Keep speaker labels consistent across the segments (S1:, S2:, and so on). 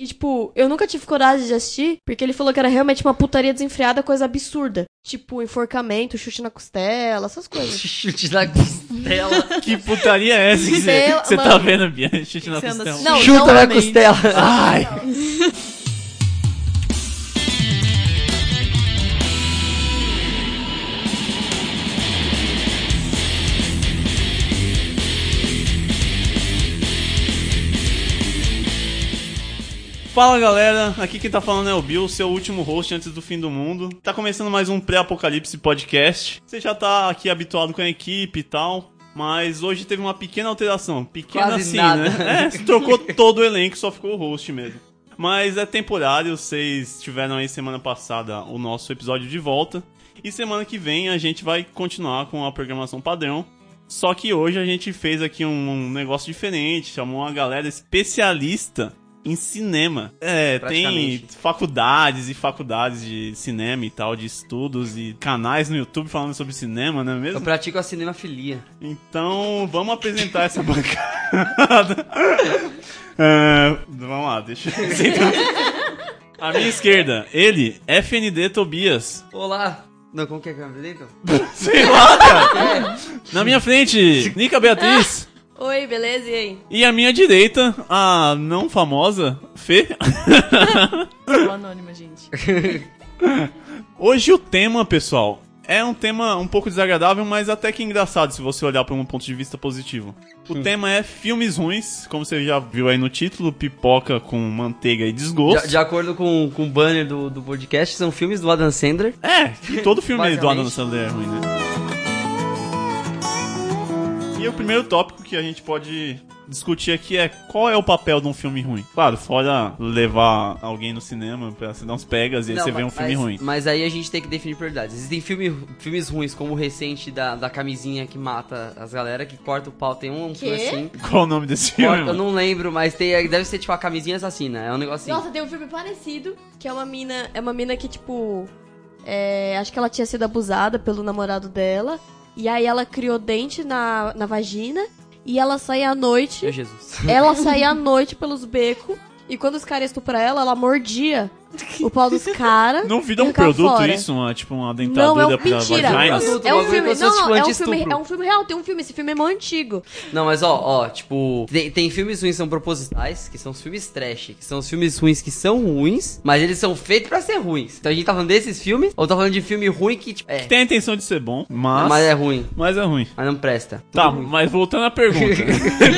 S1: E, tipo, eu nunca tive coragem de assistir, porque ele falou que era realmente uma putaria desenfreada, coisa absurda. Tipo, enforcamento, chute na costela, essas coisas.
S2: Chute na costela.
S3: Que putaria é essa que você-
S1: Meu-
S3: você tá
S1: mano.
S3: vendo, Bia? Chute na
S4: você anda
S3: costela.
S4: assistindo?
S1: Não,
S2: Chuta
S1: não
S2: na
S1: amei. Ah.
S2: costela.
S3: Ai! Fala galera, aqui quem tá falando é o Bill, seu último host antes do fim do mundo. Tá começando mais um pré-apocalipse podcast. Você já tá aqui habituado com a equipe e tal, mas hoje teve uma pequena alteração. Pequena
S2: Quase
S3: assim,
S2: nada.
S3: né? É, se trocou todo o elenco, só ficou o host mesmo. Mas é temporário, vocês tiveram aí semana passada o nosso episódio de volta. E semana que vem a gente vai continuar com a programação padrão. Só que hoje a gente fez aqui um, um negócio diferente, chamou uma galera especialista em cinema. É, tem
S2: Praticamente.
S3: faculdades e faculdades de cinema e tal, de estudos e canais no YouTube falando sobre cinema, não é
S2: Eu
S3: mesmo?
S2: pratico a cinemafilia.
S3: Então, vamos apresentar essa bancada. É, vamos lá, deixa eu sentar. À minha esquerda, ele, FND Tobias.
S2: Olá. Não, como que é que eu me apresento?
S3: Sei lá,
S1: É.
S3: cara. Na minha frente, Nica Beatriz.
S4: Oi, beleza? E aí?
S3: E à minha direita, a não famosa Fê.
S4: Sou anônima, gente.
S3: Hoje o tema, pessoal, é um tema um pouco desagradável, mas até que engraçado se você olhar por um ponto de vista positivo. O tema é filmes ruins, como você já viu aí no título, pipoca com manteiga e
S2: De,
S3: desgosto.
S2: de acordo com, com o banner do, do podcast, são filmes do Adam Sandler.
S3: É, que todo filme do Adam
S2: Basicamente.
S3: Sandler é ruim, né? E o primeiro tópico que a gente pode discutir aqui é qual é o papel de um filme ruim. Claro, fora levar alguém no cinema pra se dar uns pegas e aí
S2: Não,
S3: você vê um
S2: mas-
S3: filme ruim.
S2: Mas aí a gente tem que definir prioridades. Existem filme, filmes ruins, como o recente da, da camisinha que mata as galera, que corta o pau. Tem um, um filme
S1: Quê?
S2: assim.
S3: Qual o nome desse filme?
S2: Corta, eu
S3: mano?
S2: não lembro, mas tem, deve ser tipo a camisinha assassina. É um negócio assim.
S1: Nossa, tem um filme parecido, que é uma mina. É uma mina que, tipo. é, acho que ela tinha sido abusada pelo namorado dela. E aí ela criou dente na, na vagina. E ela sai à
S2: Meu
S1: noite.
S2: Jesus.
S1: Ela sai à noite pelos becos. E quando os caras estupram ela, ela mordia o pau dos caras.
S3: Não vira um
S1: Fica
S3: produto
S1: fora.
S3: isso, uma, tipo uma
S1: Não,
S3: dentadura
S1: é um,
S3: pra
S1: mentira.
S3: vagina?
S2: Produto,
S1: É um
S2: bagulho
S1: filme,
S2: como se fosse,
S1: não, não,
S2: tipo,
S1: é um
S2: anti-estupro.
S1: filme, é um filme real, tem um filme, esse filme é mó antigo.
S2: Não, mas ó, ó, tipo, tem, tem filmes ruins que são propositais, que são os filmes trash, que são os filmes ruins que são ruins, mas eles são feitos pra ser ruins. Então a gente tá falando desses filmes, ou tá falando de filme ruim que, tipo, é,
S3: Tem a intenção de ser bom, mas,
S2: mas é ruim,
S3: mas é ruim.
S2: mas não presta.
S3: Tá, mas voltando à pergunta.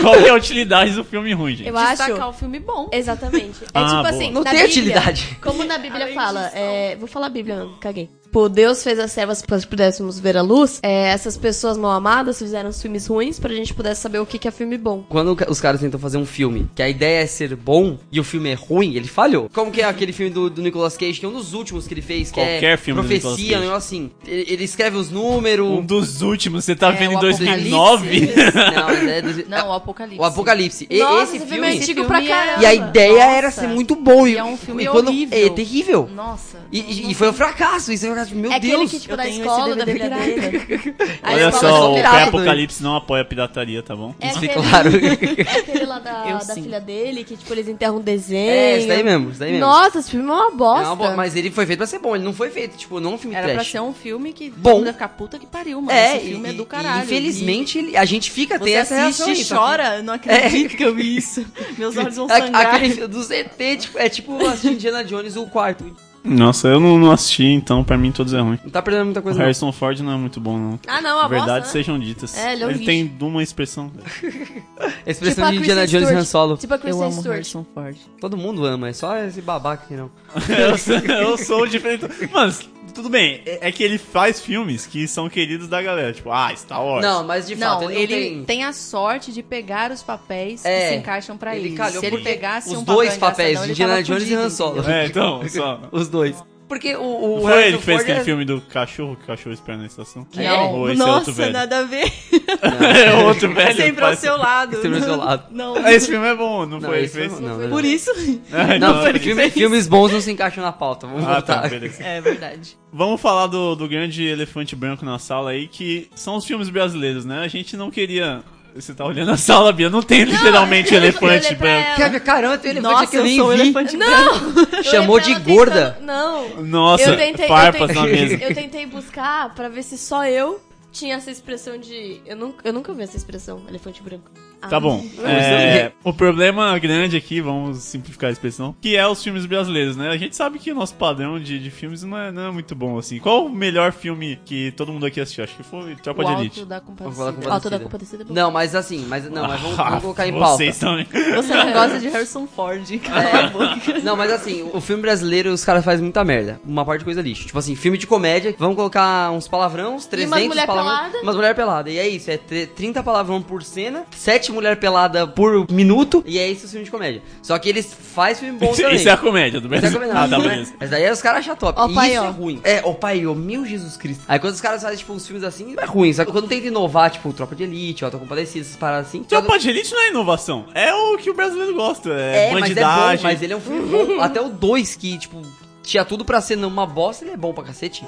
S3: qual que é a utilidade do filme ruim, gente?
S1: Eu acho.
S4: Destacar o filme bom.
S1: Exatamente. É
S3: Ah,
S1: tipo
S3: boa.
S1: assim,
S2: Não
S1: na
S2: tem
S1: Bíblia-
S2: utilidade.
S1: Como na Bíblia
S4: Além
S1: fala,
S4: disso,
S1: é, vou falar a Bíblia, não, caguei. Pô, Deus fez as servas para que pudéssemos ver a luz. É, essas pessoas mal amadas fizeram os filmes ruins pra gente pudesse saber o que que é filme bom.
S2: Quando ca- os caras tentam fazer um filme que a ideia é ser bom e o filme é ruim, ele falhou. Como que é aquele filme do, do Nicolas Cage, que é um dos últimos que ele fez, que é
S3: Qualquer filme do Nicolas Cage.
S2: profecia, um negócio assim. Ele, ele escreve os números.
S3: Um dos últimos, você tá
S4: É,
S3: vendo em
S4: o
S3: 2009?
S4: Apocalipse.
S2: Não, a ideia do...
S4: Não, o Apocalipse.
S2: o Apocalipse. E-
S1: Nossa,
S2: esse
S1: esse filme é
S2: filme.
S1: antigo
S4: Esse
S1: pra
S4: filme é-
S1: caramba.
S2: E a ideia
S4: Nossa.
S2: era ser muito bom.
S4: E é um filme
S2: É
S4: horrível.
S2: terrível.
S4: Nossa.
S2: E, e-
S4: não
S2: e foi um
S4: tem-
S2: fracasso. Isso é um fracasso. Meu
S1: é aquele
S2: Deus.
S1: que, tipo,
S4: eu
S1: da
S4: tenho
S1: escola,
S4: esse
S1: da
S4: DVD
S1: brincadeira. A
S3: Olha
S1: escola
S3: só, o
S1: da-
S2: pirata,
S3: Pé Apocalipse não apoia a pirataria, tá bom?
S1: É
S2: Isso é
S1: aquele-
S2: claro.
S1: É aquele lá da,
S4: Eu
S1: da
S4: sim.
S1: filha dele, que, tipo, eles enterram um desenho.
S2: É, isso daí mesmo. Isso daí mesmo.
S1: Nossa, esse filme é uma
S2: É
S1: bosta.
S2: uma bo- Mas ele foi feito pra ser bom. Ele não foi feito, tipo, não um filme
S4: Era
S2: trash.
S4: pra ser um filme que
S2: Bom.
S4: todo mundo ia ficar puta que pariu, mano.
S2: É,
S4: Esse filme
S2: e-
S4: é do
S2: e-
S4: caralho.
S2: Infelizmente, ele- a gente fica,
S4: E
S2: tem
S4: você
S2: essa reação. aí,
S4: assiste
S2: só
S4: e
S2: que-
S4: chora. Eu não acredito que eu vi isso. Meus olhos vão
S2: A-
S4: sangrar.
S2: Aquele filme do ZT, tipo, é tipo assistir Indiana Jones o quarto.
S3: Nossa, eu não, não assisti, então pra mim todos é ruim.
S2: Não tá perdendo muita
S3: O
S2: coisa, não.
S3: Harrison Ford não é muito bom, não.
S1: Ah, não, é uma
S3: Verdades
S1: bosta, né?
S3: sejam ditas.
S1: É, ele é um lixo.
S3: tem uma expressão.
S2: Tipo A
S4: Tipo
S2: expressão
S1: a
S2: de Indiana
S1: Kristen
S2: Jones e Han Solo.
S1: Tipo a
S4: Eu
S1: Kristen
S4: amo
S1: Stewart.
S4: Harrison Ford.
S2: Todo mundo ama, é só esse babaca que não.
S3: eu, sou, eu sou o diferente. Mano, tudo bem. É, é que ele faz filmes que são queridos da galera. Tipo, ah, Star Wars.
S2: Não, mas de fato,
S4: Não,
S2: ele,
S4: ele
S2: não
S4: tem...
S2: tem...
S4: a sorte de pegar os papéis
S2: É,
S4: que se encaixam pra
S2: ele
S4: ele.
S2: calhou
S4: Se ele
S2: porque
S4: pegasse
S2: os
S4: um
S2: dois
S4: papel
S2: papéis,
S4: engraçadão, ele
S2: Indiana
S4: tava
S2: Jones e
S4: fudido,
S2: Han Solo.
S4: entendeu?
S3: É, então, só.
S2: Os dois. Porque o, o
S3: Não foi ele
S2: Harrison
S3: que fez
S2: Ford é
S3: aquele
S2: era-
S3: filme do cachorro que o cachorro espera na estação?
S2: Que é
S4: Não,
S3: Ou esse é outro
S4: nossa,
S3: velho?
S4: nada a ver.
S3: É outro velho.
S4: Sempre ao
S3: parece-
S4: seu lado.
S2: Sempre ao seu lado.
S4: Não.
S3: Ah, Esse filme é bom, não,
S2: Não,
S3: foi ele que
S2: esse
S3: fez?
S2: foi- não, é
S4: Por isso.
S3: Ah, então,
S2: Não,
S3: beleza.
S2: filme- filmes bons não se encaixam na pauta. Vamos
S3: Ah,
S2: voltar.
S3: tá, beleza.
S4: É verdade.
S3: Vamos falar do, do grande elefante branco na sala aí, que são os filmes brasileiros, né? A gente não queria Você tá olhando a sala, Bia. Não tem literalmente
S1: eu
S3: elefante né?
S1: olhei pra
S3: branco.
S1: ela.
S2: Cara, Caramba, tem um elefante
S4: Nossa,
S2: aqui,
S4: eu
S2: eu nem
S4: sou um
S2: vi.
S4: elefante
S1: Não! Eu
S2: Chamou
S1: olhei pra
S2: de
S1: ela
S2: gorda.
S1: tentando- Não!
S3: Nossa,
S1: eu tentei,
S3: farpas
S1: eu tentei,
S3: na mesa.
S1: eu tentei buscar pra ver se só eu tinha essa expressão de. Eu nunca, eu nunca vi essa expressão, elefante branco. Ah,
S3: Tá bom. É, o problema grande aqui, vamos simplificar a expressão, que é os filmes brasileiros, né? A gente sabe que o nosso padrão de, de filmes não é, não é muito bom, assim. Qual o melhor filme que todo mundo aqui assistiu? Acho que foi Tropa
S4: O
S3: de
S4: alto
S3: Elite.
S4: da
S2: falar com
S1: O
S4: compadecida.
S2: você.
S1: Auto da Culpa Descida é bom.
S2: Não, mas assim, mas não, mas vamos,
S3: Ah,
S2: vamos colocar em pauta.
S3: Vocês também.
S4: Você não gosta de Harrison Ford, cala É. a boca.
S2: Não, mas assim, o filme brasileiro, os caras fazem muita merda. Uma parte de coisa lixo. Tipo assim, filme de comédia, vamos colocar uns palavrão, uns 300
S1: mulher
S2: palavrão.
S1: pelada.
S2: Umas mulher pelada. E é isso, é tre- 30 palavrão por cena, 7 mulher pelada por minuto, e é isso o filme de comédia. Só que eles fazem filme bom então
S3: Isso,
S2: também.
S3: isso é a comédia do
S2: Mas é
S3: Brasil.
S2: combinado,
S3: Ah, tá,
S2: né?
S3: beleza.
S2: Mas daí os caras acham top.
S1: Ó,
S2: E
S1: pai,
S2: isso
S1: ó.
S2: é ruim. É, o pai, ó, meu Jesus Cristo. Aí quando os caras fazem, tipo, uns filmes assim, é ruim. Só que quando tenta inovar, tipo, Tropa de Elite, Auto Compadecido, essas paradas assim.
S3: Tropa de Elite não é inovação. É o que o brasileiro gosta. É,
S2: é, mas é bom,
S3: bandidagem.
S2: mas ele é um filme bom. Até o 2, que, tipo, tinha tudo pra ser uma bosta, ele é bom pra cacete.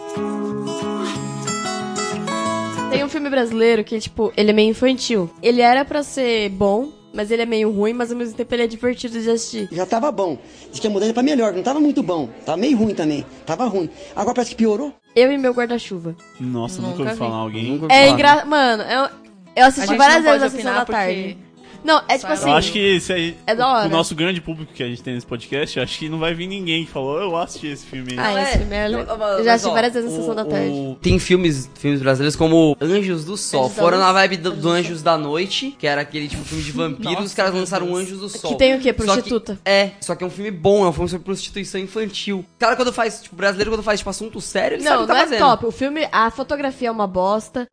S1: Tem um filme brasileiro que, tipo, ele é meio infantil. Ele era pra ser bom, mas ele é meio ruim, mas ao mesmo tempo ele é divertido de assistir.
S5: Já tava bom. Diz que a mudança pra melhor, não tava muito bom. Tava meio ruim também. Tava ruim. Agora parece que piorou.
S1: Eu e meu guarda-chuva.
S3: Nossa, nunca,
S4: Nunca
S3: ouvi falar
S4: vi.
S3: alguém.
S2: Nunca ouvi
S1: É
S2: falar, né?
S1: engraçado. Mano, eu, eu
S4: A
S1: assisti
S4: gente
S1: várias
S4: não
S1: vezes
S4: pode
S1: a sessão
S4: opinar
S1: da
S4: porque...
S1: tarde. Não, é tipo
S4: Sabe?
S1: assim.
S3: Eu acho que se aí,
S1: É da hora.
S3: o nosso grande público que a gente tem nesse podcast, eu acho que não vai vir ninguém que falou, "Oh, eu assisti esse filme.
S1: Ah, esse filme é legal. Eu já assisti várias vezes na Sessão da Tarde.
S2: Tem filmes, filmes brasileiros como Anjos do Sol.
S1: Anjos da
S2: Foram
S1: Luz.
S2: na vibe do, do Anjos da Noite, que era aquele tipo filme de vampiro,
S4: Nossa,
S2: os caras
S4: meu
S2: lançaram
S4: Deus.
S2: Anjos do Sol.
S1: Que tem o quê?
S2: Só que-
S1: Prostituta.
S2: É, só que é um filme bom, é um filme sobre prostituição infantil. O cara quando faz, tipo, brasileiro quando faz, tipo, assunto sério, ele sabe
S1: Não,
S2: o que
S1: não
S2: tá
S1: é
S2: fazendo.
S1: top. O filme, a fotografia é uma bosta.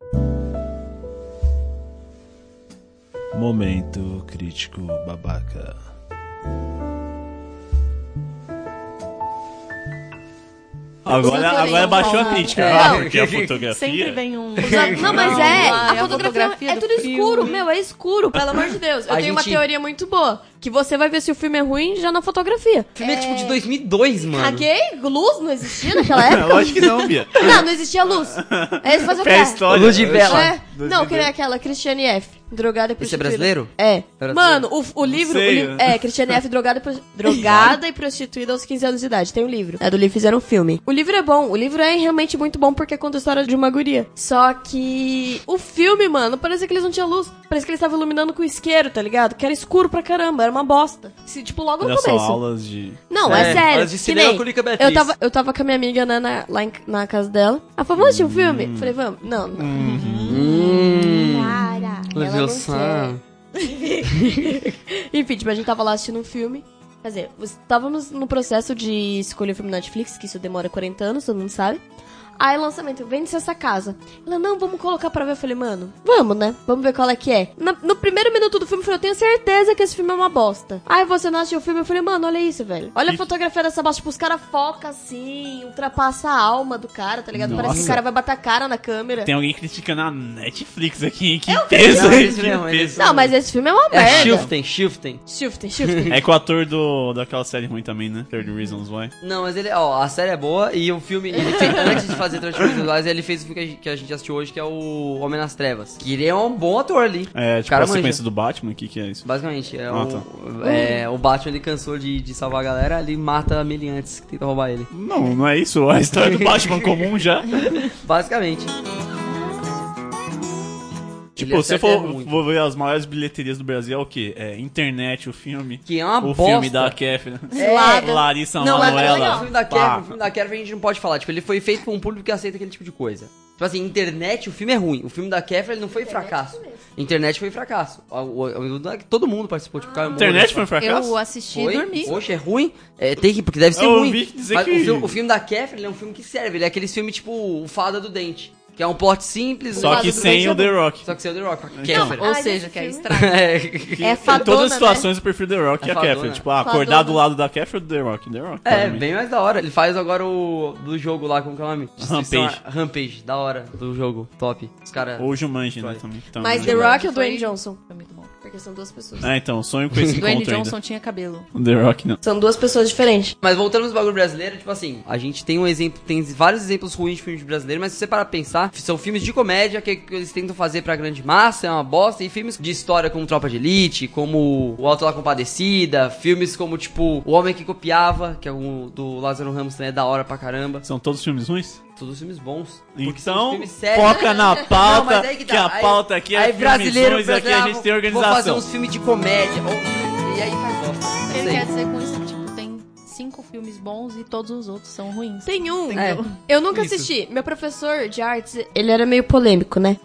S6: Momento crítico babaca.
S3: Agora,
S1: Não,
S3: agora
S1: não,
S3: baixou a
S4: não.
S3: crítica.
S2: É.
S3: Ah, porque a
S4: Sempre
S3: fotografia.
S4: vem um...
S1: Não, mas
S4: Não,
S1: é,
S4: ah,
S1: a fotografia, é
S4: do
S1: tudo
S4: filme.
S1: escuro, meu, é escuro, pelo amor de Deus. Eu
S2: A
S1: tenho uma
S2: gente-
S1: teoria muito boa, que você vai ver se o filme é ruim já na fotografia.
S2: O filme é, tipo de 2002, mano.
S1: Caguei? Luz não existia naquela
S3: É,
S1: época?
S3: lógico que não, Bia.
S1: não, não existia luz. É Aí eles faziam o
S3: Pé
S1: quê?
S3: história.
S2: Luz de vela.
S1: É,
S3: Dois
S1: Não,
S3: mil
S1: que nem aquela, Cristiane F., drogada e
S2: Esse
S1: prostituída.
S2: é brasileiro?
S1: É.
S2: Brasileiro.
S1: Mano, o, o livro. o
S3: sei,
S1: li-
S3: né?
S1: É, Cristiane F. drogada, e pro- drogada e prostituída aos 15 anos de idade. Tem um livro. É do livro fizeram um filme. O livro é bom. O livro é realmente muito bom porque conta a história de uma guria. Só que. O filme, mano, parece que eles não tinham luz. Parece que eles estavam iluminando com isqueiro, tá ligado? Que era escuro pra caramba. Era uma bosta. Se, tipo, logo no
S3: Era só
S1: começo.
S3: aulas de.
S1: Não, é,
S2: É,
S1: sério.
S2: aulas de
S1: que
S2: cinema
S1: nem-
S2: com Lica Beatriz.
S1: eu tava, eu tava com a minha amiga Ana na- lá em- na casa dela. Ela falou, vamos assistir um filme? Falei, vamos. Não, não.
S2: Hum.
S1: Para. ela não quer.
S2: Leviosan.
S1: Enfim, tipo, a gente tava lá assistindo um filme. Quer dizer, estávamos no processo de escolher o filme na Netflix, que isso demora 40 anos, todo mundo sabe. Aí, lançamento, vende-se essa casa. Ela, não, vamos colocar pra ver. Eu falei, mano, vamos, né? Vamos ver qual é que é. Na- no primeiro minuto do filme, eu falei, eu tenho certeza que esse filme é uma bosta. Aí você não assistiu o filme, eu falei, mano, olha isso, velho. Olha a fotografia dessa bosta. Tipo, os caras focam assim, ultrapassa a alma do cara, tá ligado? Parece que o
S3: Nossa.
S1: cara vai bater a cara na câmera.
S3: Tem alguém criticando a Netflix aqui, hein? Que peso,
S2: vi.
S3: hein?
S2: Não,
S3: Que
S2: não, não.
S3: peso.
S1: Não, mas esse filme é uma
S2: É
S1: merda.
S2: Shiften, Shiften.
S1: Shifting, shifting.
S3: É com o ator do, daquela série ruim também, né? 30 Reasons Why.
S2: Não, mas ele, ó, a série é boa e o filme, ele fez, antes de fazer Transformers Visuais, ele fez o filme que a gente- que a gente assistiu hoje, que é o Homem nas Trevas. Que ele é um bom ator ali.
S3: É,
S2: O
S3: tipo
S2: cara
S3: a
S2: manja.
S3: sequência do Batman, o que que é isso?
S2: Basicamente, é,
S3: Ah,
S2: o, é, o Batman ele cansou de, de salvar a galera, ele mata a Melie antes que tenta roubar ele.
S3: Não, não é isso. A história do Batman comum já.
S2: Basicamente.
S3: Tipo,
S2: Ele
S3: você
S2: acerta
S3: Tipo, for,
S2: muito.
S3: for ver as maiores bilheterias do Brasil, é o quê? É internet, o filme.
S2: Que é uma
S3: O
S2: bosta.
S3: filme da Kefra.
S2: É.
S3: Larissa
S2: Não, mas é legal. o
S3: Manoela.
S2: filme da
S3: Pá.
S2: Kevin, o filme da Kevin a gente não pode falar. Tipo, ele foi feito pra um público que aceita aquele tipo de coisa. Tipo assim, internet, o filme é ruim. O filme da Kevin ele não foi fracasso. Internet foi fracasso. O- o- o- Todo mundo participou, tipo, Caio Moura,
S3: Internet foi um fracasso?
S4: Eu assisti
S2: Foi?
S4: e dormi.
S2: Poxa, é ruim? É, tem que, porque deve ser
S3: Eu
S2: ruim.
S3: ouvi dizer
S2: Mas
S3: que-
S2: o, filme, o filme da Catherine é um filme que serve. Ele é aquele filme tipo O Fada do Dente. Que é um plot simples. o
S3: Só
S2: Fada
S3: que
S2: do
S3: sem
S2: Dente é
S3: o The
S2: bom.
S3: Rock.
S2: Só que sem o The Rock. com a
S3: Então,
S2: Catherine.
S4: Ou
S1: Ai,
S4: seja,
S1: desse
S4: que é
S1: filme.
S4: estrago.
S2: É.
S1: É
S3: em todas
S1: fadona,
S3: as
S1: né?
S3: situações, eu prefiro The Rock
S2: É
S3: e a
S2: fadona.
S3: Kefra. Tipo, ah,
S1: Fadona.
S3: acordar do lado da Kefra ou do The Rock? The Rock.
S2: É,
S3: claramente.
S2: bem mais da hora. Ele faz agora o do jogo lá, como que é o nome? Destruição-
S3: Rampage.
S2: Rampage, da hora do jogo. Top. Os caras.
S3: Ou o Jumanji, né?
S2: Vai.
S3: Também. Então, Também.
S1: Mas The
S3: Jumanji.
S1: Rock e o Dwayne
S4: Foi-
S1: Johnson.
S4: Foi muito bom.
S1: Porque são duas pessoas.
S3: É, então, sonho com esse
S4: Dwayne
S2: né?
S3: encontro
S4: Johnson
S3: ainda.
S4: tinha cabelo.
S3: The Rock não.
S1: São duas pessoas diferentes.
S2: Mas voltando pro bagulho brasileiro, tipo assim, a gente tem um exemplo, tem vários exemplos ruins de filmes brasileiros, mas se você parar pra pensar, são filmes de comédia que, que eles tentam fazer pra grande massa, é uma bosta, e filmes de história como Tropa de Elite, como O Alto da Compadecida, filmes como, tipo, O Homem que Copiava, que é o do Lázaro Ramos também é da hora pra caramba.
S3: São todos filmes ruins?
S2: Todos filmes bons. porque são
S3: Então,
S2: filmes sérios.
S3: foca na
S2: Não,
S3: pauta,
S2: mas aí
S3: que,
S2: tá.
S3: a
S2: Aí-
S3: pauta aqui é
S2: aí
S3: filmes
S2: brasileiro,
S3: ruins, aqui
S2: brasileiro,
S3: a gente
S2: ah,
S3: tem
S2: Vou fazer
S3: organização.
S2: uns filmes de comédia. ou- E aí faz bosta. É isso
S4: Ele
S2: aí.
S4: quer dizer com isso que, tipo, tem cinco filmes bons e todos os outros são ruins.
S1: Tem um.
S2: É.
S1: Eu nunca
S3: Isso.
S1: assisti. Meu professor de artes, ele era meio polêmico, né?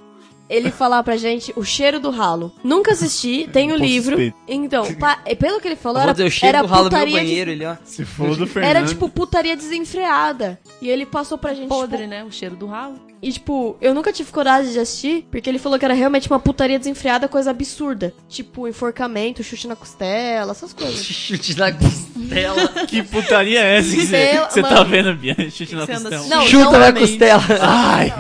S1: Ele falava pra gente o cheiro do ralo. Nunca assisti, tem o
S3: pouco
S1: livro.
S3: suspeito.
S1: Então, pa- pelo que ele falou,
S2: Eu vou
S1: era,
S2: dizer, eu chego
S1: era
S2: do ralo no meu
S1: putaria. de-
S2: banheiro, ele, ó.
S3: Se for do Fernando.
S1: era tipo putaria desenfreada. E ele passou pra gente.
S4: Podre, né? O cheiro do ralo.
S1: tipo- e tipo, eu nunca tive coragem de assistir, porque ele falou que era realmente uma putaria desenfreada, coisa absurda. Tipo, enforcamento, chute na costela, essas coisas.
S2: Chute na costela.
S3: Que putaria é essa que você
S1: Meu-
S3: você tá
S1: mano.
S3: vendo, Bia? Chute na
S4: Você anda
S3: costela.
S4: assim.
S1: Não,
S2: Chuta
S1: não
S2: na
S1: amei.
S2: costela.
S3: Ai,